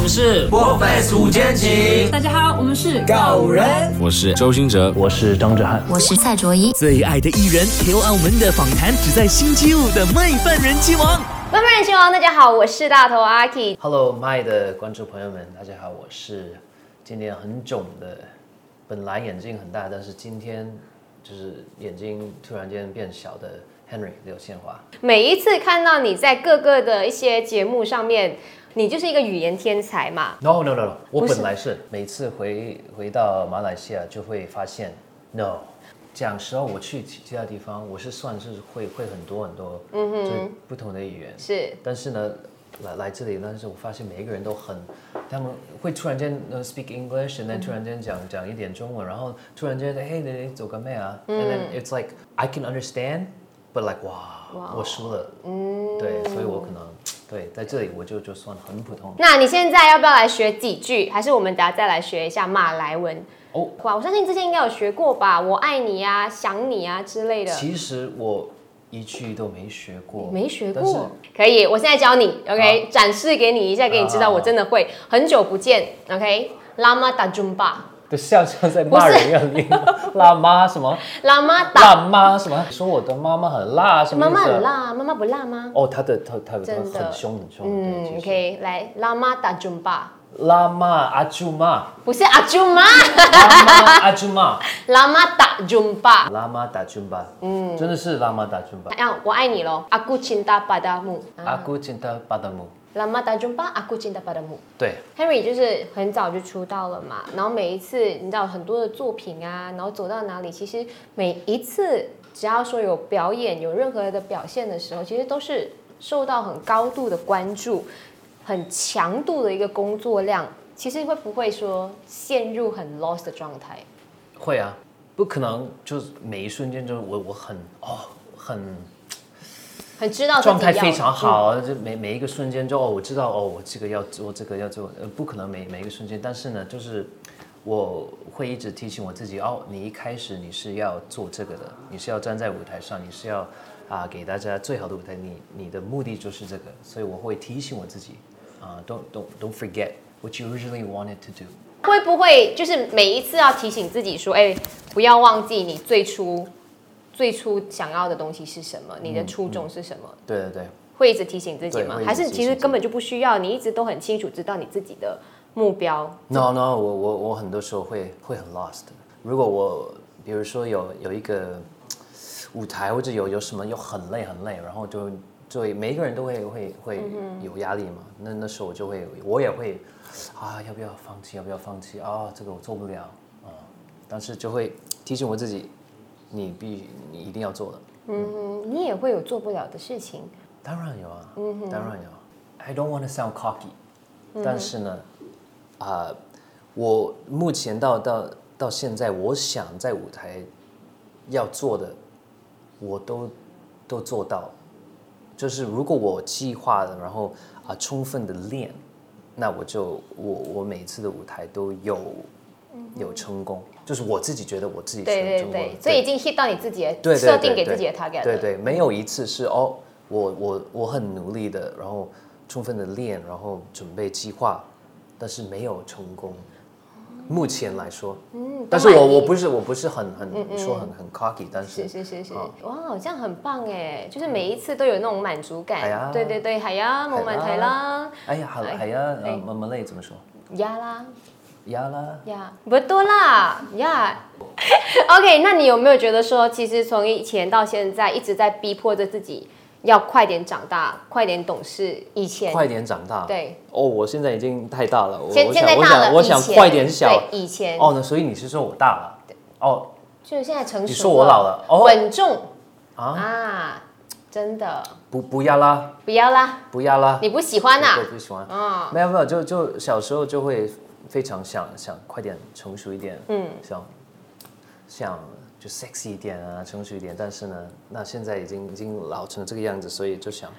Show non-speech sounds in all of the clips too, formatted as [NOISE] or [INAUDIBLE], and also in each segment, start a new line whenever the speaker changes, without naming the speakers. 们是
墨菲数奸情，
大家好，我们是
告人。
我是周兴哲，
我是张哲瀚，
我是蔡卓宜。
最爱的艺人 Q 澳门的访谈，只在星期五的《麦饭人气王》。
麦饭人气王，大家好，我是大头阿 K。
Hello，麦的观众朋友们，大家好，我是今天很肿的，本来眼睛很大，但是今天就是眼睛突然间变小的 Henry 刘宪华。
每一次看到你在各个的一些节目上面，你就是一个语言天才嘛。
No no no no，我本来是每次回回到马来西亚就会发现，no，讲实话，我去其其他地方，我是算是会会很多很多，嗯哼，不同的语言。
是
但是呢，来来这里，但是我发现每一个人都很，他们会突然间呃 speak English，然后突然间讲讲一点中文，然后突然间嘿你你走个咩啊、a n d then it's like I can understand，but like 哇，我输了，嗯，对，所以我可能对在这里我就就算很普通。
那你现在要不要来学几句？还是我们等下再来学一下马来文？
哦
哇，我相信之前应该有学过吧？我爱你啊，想你啊之类的。
其实我一句都没学 [LAUGHS] 过，
没学
但是
过，可以，我现在教你，OK，展示给你一下，给你知道
好好
我真的会。很久不见，OK，拉玛达中巴，
的笑像在骂人一样，你辣妈什么
拉玛达，
辣妈什么，说我的妈妈很辣什么
妈
意思啊？
妈很辣，妈妈不辣吗？
哦，他的 [LAUGHS] 他他他
真的
很凶很凶，对
嗯
其实
，OK，来，拉玛达中巴，
拉妈阿朱妈，
不是阿中妈，
拉妈阿朱妈，
[LAUGHS] 拉玛达中巴。
拉妈打军吧，嗯，真的是拉妈打军吧。
啊，我爱你咯，Aku cinta padamu，
阿姑见到巴达姆，
拉玛达中巴，Aku cinta padamu。
对，
Henry 就是很早就出道了嘛，然后每一次你知道很多的作品啊，然后走到哪里，其实每一次只要说有表演、有任何的表现的时候，其实都是受到很高度的关注、很强度的一个工作量。其实会不会说陷入很 lost 的状态？
会啊，不可能就是每一瞬间就是我我很哦很
很知道自己
状态
要
非常好，就每每一个瞬间就哦，我知道哦，我这个要做，这个要做，呃，不可能每每一个瞬间，但是呢，就是我会一直提醒我自己，哦，你一开始你是要做这个的，你是要站在舞台上，你是要啊给大家最好的舞台，你你的目的就是这个，所以我会提醒我自己，啊、d o n t don't don't forget what you originally wanted to do。
会不会就是每一次要提醒自己说，哎、不要忘记你最初最初想要的东西是什么，你的初衷是什么？
对对对。
会一直提醒自己
嗯对
吗
会？一直
还是
提
其
醒
实
自己
根本就不需要？你一直都很清楚知道你自己的目标。
No no，我我我很多时候会会很 lost。如果我比如说有有一个舞台或者有有什么又很累很累，然后就就会每一个人都会会会有压力嘛。那那时候我就会我也会啊，要不要放弃？要不要放弃？啊，这个我做不了啊。但是就会提醒我自己，你必你一定要做的。
嗯，你也会有做不了的事情。
当然有啊，
嗯
当然有啊。I don't want to sound cocky，、但是呢，啊、我目前到到到现在，我想在舞台要做的，我都都做到。就是如果我计划的，然后啊、充分的练，那我就我我每次的舞台都有有成功，就是我自己觉得我自己成
嗯对对
成功了
对，所以已经 hit 到你自己
对
的
对
设
对
定给
对
自己的 target 了。
对对，没有一次是哦，我我我很努力的，然后充分的练，然后准备计划，但是没有成功。目前来说，嗯，但是我
满意
我不是我不是很很说很很 cocky，但是
嗯是是是是，
啊
哇，这样很棒哎！就是每一次都有那种满足
哎
感
呀。
对对对，海呀，我们海啦，
哎呀，好了，
哎
哎呀，
哎
呃，妈妈累怎么说？
呀啦
呀啦，
呀，不多啦 [LAUGHS] 呀。OK，那你有没有觉得说，其实从以前到现在一直在逼迫着自己要快点长大，快点懂事？以前
快点长大。
对，
哦，我现在已经太大了，我
现
我
现
想
在
我
大了，
想我想
以前
快点小。
对，以前
哦，那所以你是说我大了？哦，
就是现在成熟了。
你说我老了哦
稳重
啊
啊，真的
不不要啦，
不要啦，
不要啦。
你不喜欢呐
啊对，不喜欢。
啊
没有没有，就就小时候就会非常想想快点成熟一点，嗯，想想就 sexy 一点啊，成熟一点。但是呢，那现在已经已经老成这个样子，所以就想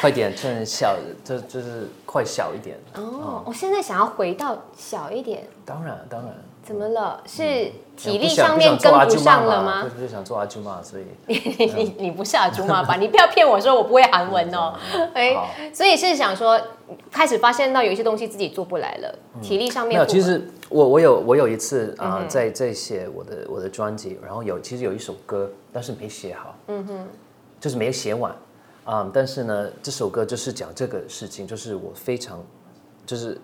快点趁小，就就是快小一点。啊
哦，我现在想要回到小一点，
当然当然，
怎么了？是体
嗯不
力
想
上面
想做
跟
阿
不
舅妈
上了
嘛
吗？
就就想做阿舅妈，所以
[LAUGHS] 你你你不是阿祖玛吧？你不要骗我说我不会韩文哦。哎
好，
所以是想说开始发现到有一些东西自己做不来了，体力上
没
面
有，
不
其实我我有我有一次啊、
嗯哼
在在写我的我的专辑，然后有其实有一首歌，但是没写好，嗯哼，就是没写完啊、但是呢，这首歌就是讲这个事情，就是我非常，就是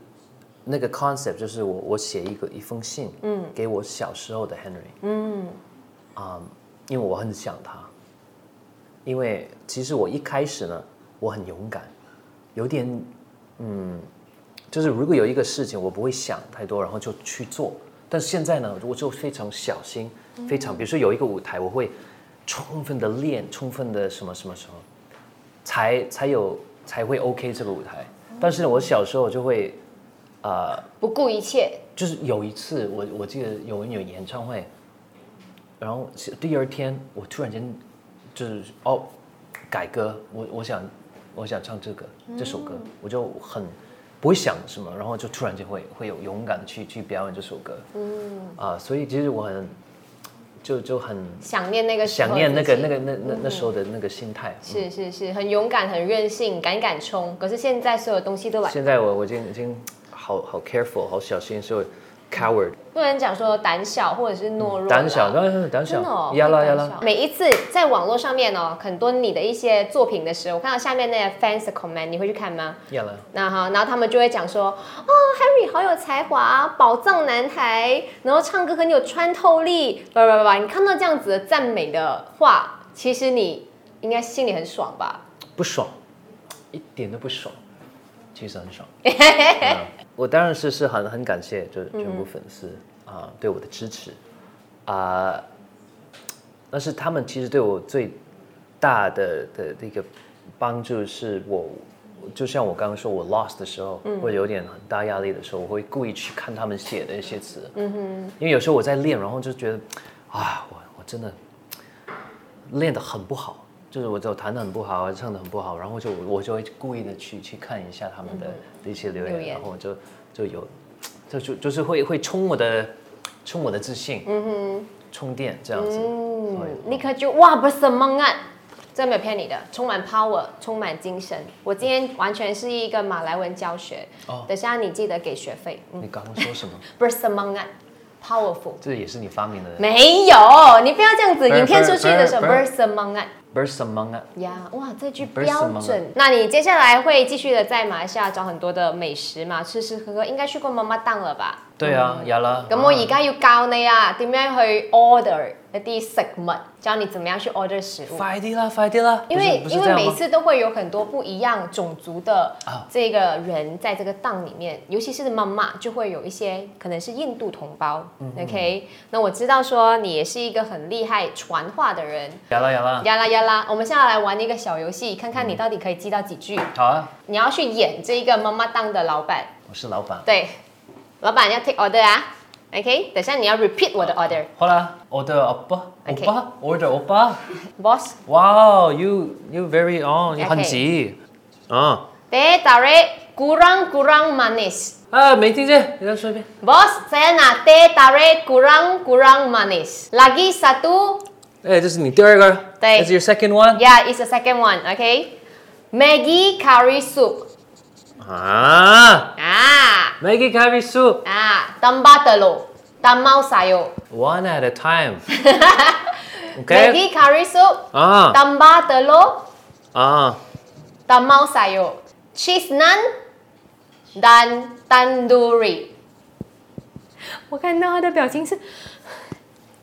那个 concept，就是我我写一个一封信，嗯，给我小时候的 Henry，嗯，啊、因为我很想他，因为其实我一开始呢，我很勇敢，有点就是如果有一个事情，我不会想太多，然后就去做。但是现在呢，我就非常小心，非常，比如说有一个舞台，我会充分的练，充分的什么什么什么，才才有才会 OK 这个舞台。但是呢，我小时候就会，呃，
不顾一切，
就是有一次，我我记得有人有演唱会，然后是第二天我突然间就是哦改歌，我我想我想唱这个这首歌，
嗯
我就很不会想什么，然后就突然间会会有勇敢的去去表演这首歌，嗯啊、所以其实我很就就很
想念那个时候
想念那个嗯
自己嗯
那个那那那时候的那个心态。
是
嗯
是是，很勇敢，很任性，敢敢冲。可是现在所有东西都来，
现在我我已经已经好好 careful 好小心，所以 coward
不能讲说胆小或者是懦弱啦，
胆小，当然胆
真的哦
小，，呀啦
会
呀
胆
啦
小。每一次在网络上面哦，很多你的一些作品的时候，我看到下面那些 fans 的 comment，你会去看吗？
呀啦。
那好，然后他们就会讲说，哦，Harry 好有才华，宝藏男孩，然后唱歌很有穿透力，叭叭叭叭。你看到这样子的赞美的话，其实你应该心里很爽吧？
不爽，一点都不爽，其实很 [LAUGHS] 爽。嗯我当然是是很很感谢，就是全部粉丝啊、对我的支持啊、但是他们其实对我最大的的这个帮助是我，就像我刚刚说，我 lost 的时候，或者有点很大压力的时候，我会故意去看他们写的一些词，嗯哼，因为有时候我在练，然后就觉得，啊，我我真的练得很不好，就是我就弹得很不好，啊唱得很不好，然后就我就会故意的去去看一下他们的的一些留言，
留言
然后我就就有，就就就是会会冲我的冲我的自信，嗯哼，充电这样子，所以
嗯，立刻就哇不是梦案，真没有骗你的，充满 power，充满精神。我今天完全是一个马来文教学，
哦
等下你记得给学费。嗯，
你刚刚说什么？ [LAUGHS]
不是梦案，powerful。
这也是你发明的
没有，你不要这样子。
不是
影片出去的时候，
不
不
是
是什么案
b u r s a m a n g a
呀，哇，这句
不是什
标
么
准。那你接下来会继续的在马来西亚找很多的美食嘛，吃吃喝喝，应该去过妈妈档了吧？
對啊，有啦。
咁我而家要教你啊，點樣去 order 一啲食物，教你怎麼樣去 order 食物。
快啲啦，快啲啦！
因為
不是
因
不是這
為
樣嗎
每次都會有很多不一樣種族的
啊
這個人在這個檔裡面，尤其是媽媽就會有一些可能是印度同胞。OK，那
嗯
我知道說你也是一個很厲害传话的人。
有啦有啦，
呀啦呀啦，我們現在來玩一個小遊戲，看看你到底可以記到幾句。
好啊，
你要去演這一個媽媽檔的老闆，
我是老板。
對，老闆要 take order 啊。OK，等一下你要 repeat 我的 order。
好啦，order 欧巴，欧
Okay
巴，order 欧巴。
Boss，
哇，you you very on，你
Okay
很急啊
teh tarik kurang kurang manis.
啊！没听见，你再说一遍。
Bos, saya nak teh tarik kurang kurang manis. Lagi satu,
哎，这是你第二个了，
对
That's your second one。
yeah, it's the second one, okay? Maggi curry soup.
啊
Ah,
，Maggie curry soup
ah, tambah telur, tambah sayur.
one at a time。
Maggi
OK。
curry soup,
啊
tambah telur,
啊
tambah sayur. Cheese naan dan tandoori. 我看到他的表情是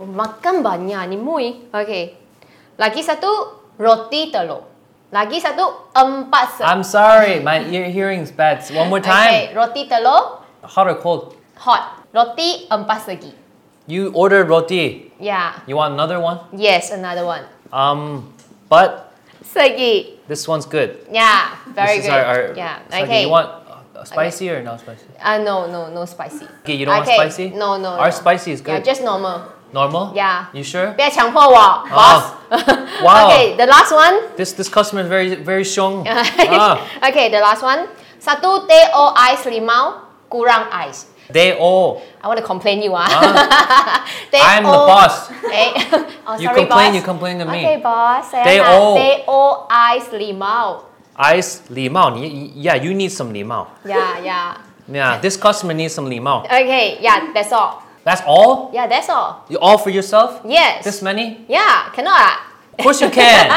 Makan banyak ni Mui. Okay. Lagi satu roti telur. Lagi satu empat se-
，I'm sorry, my ear hearing's bad. One more
Okay,
time.
roti telur
Hot or cold?
hot. Roti empat segi.
You ordered roti.
Yeah.
You want another one?
Yes, another one.
Um, but
Segi.
this one's good.
Yeah, very
this is
good.
Our, our,
yeah.
it's like,
Okay.
You want uh, spicy or not spicy?
Uh, no, no, no spicy.
Okay, you don't want
Okay,
spicy?
No, no.
Our
no.
spicy is
Yeah,
good.
just normal.
Normal?
Yeah.
You sure?。
不要强迫我，boss
Wow. [LAUGHS]
Okay, the last one. [LAUGHS]
This this customer is very very strong. ah,
Okay, the last one. Satu teh or ice limau kurang ice.
they all.
I want to complain you ah. [LAUGHS] Teh
I'm the
or-
boss.
Eh, oh,
You
sorry,
complain,
boss.
you complain to me.
Okay, boss.
Teh
Teh
O.
Teh or ice limau.
eyes 礼貌，你 yeah you need some 礼貌
Yeah, yeah.
，yeah this customer needs some 礼貌。
Okay, yeah, that's all.
That's all
Yeah, that's all.
you all for yourself?
Yes.
This many?
yeah, cannot.
Of course you
[LAUGHS]
can.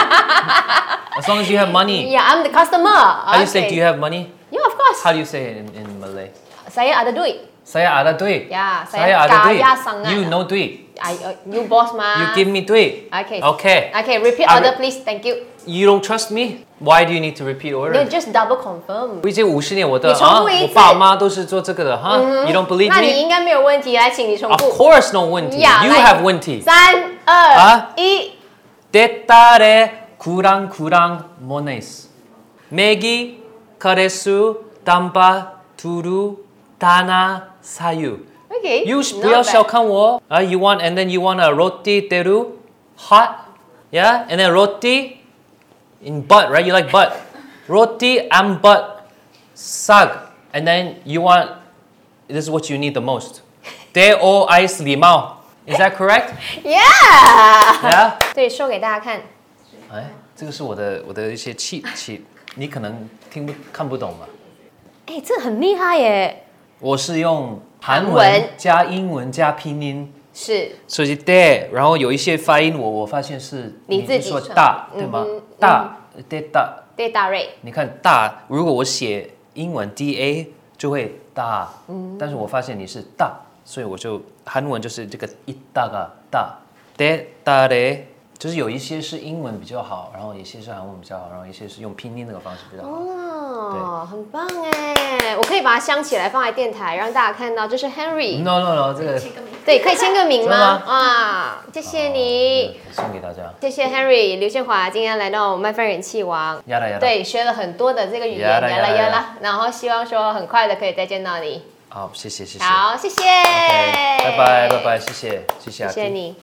as long as you have money.
Yeah, I'm the customer.
How do you say do you have money?
Yeah, of course.
How do you say it in, in Malay?
Saya ada duit.
Saya ada duit.
Yeah, saya
saya ada duit.
kaya sangat.
You no duit.
I, uh, you boss ma.
You give me duit.
Okay.
Okay.
Okay, repeat
I
order
re-
please. Thank you.
You don't trust me? Why do you need to repeat order?
No, just double confirm.
我已经五十年，我的
你重
啊，
复一
我
次
爸妈都是做这个的哈。You don't believe
那你
me?
应该没有问题，来，请你重
Of
复。
course, Ah. no 问题。You
Yeah, like-
have 问题。
三
啊
二一，
대딸의 구랑구랑 모네스 매기 카레수 담바 두루 다나 사유
OK.
You
not bad.
不要小看我 uh, You want and then you want a roti teru hot yeah and then roti in butt right you like butt roti and butt sag and then you want this is what you need the most Teo ice E, limao is that
[LAUGHS]
correct
Yeah.
yeah
对，说给大家看。
哎，这个是我的我的一些气气，你可能听不看不懂吧？
哎，这很厉害耶。
我是用韩
韩文
文加英文加拼音，
是，
所以 d 然后有一些发音我我发现是
你自己
是说
唱
大
嗯
对吗
嗯？
大 d 大，
对，大瑞。
你看大，如果我写英文 d a 就会大，但是我发现你是大，所以我就韩文就是这个一大个大 d 大嘞。就是有一些是英文比较好，然后有一些是韩文比较好，然后一些是用拼音那个方式比较好。
哦，很棒哎！我可以把它镶起来，放在电台，让大家看到，这是 Henry。
No no no，这个
对，可以签个名吗？
真的哦
啊，谢谢你，
送给大家。
谢谢 Henry 刘建华今天来到我们麦饭人气王。
呀啦呀啦。，
对，学了很多的这个语言，呀
呀啦呀
啦
啦
呀
呀
啦
啦，
然后希望说很快的可以再见到你。
好，谢谢谢谢。
好，谢谢，
OK，拜拜拜拜，谢谢谢谢阿
谢谢
金。
你。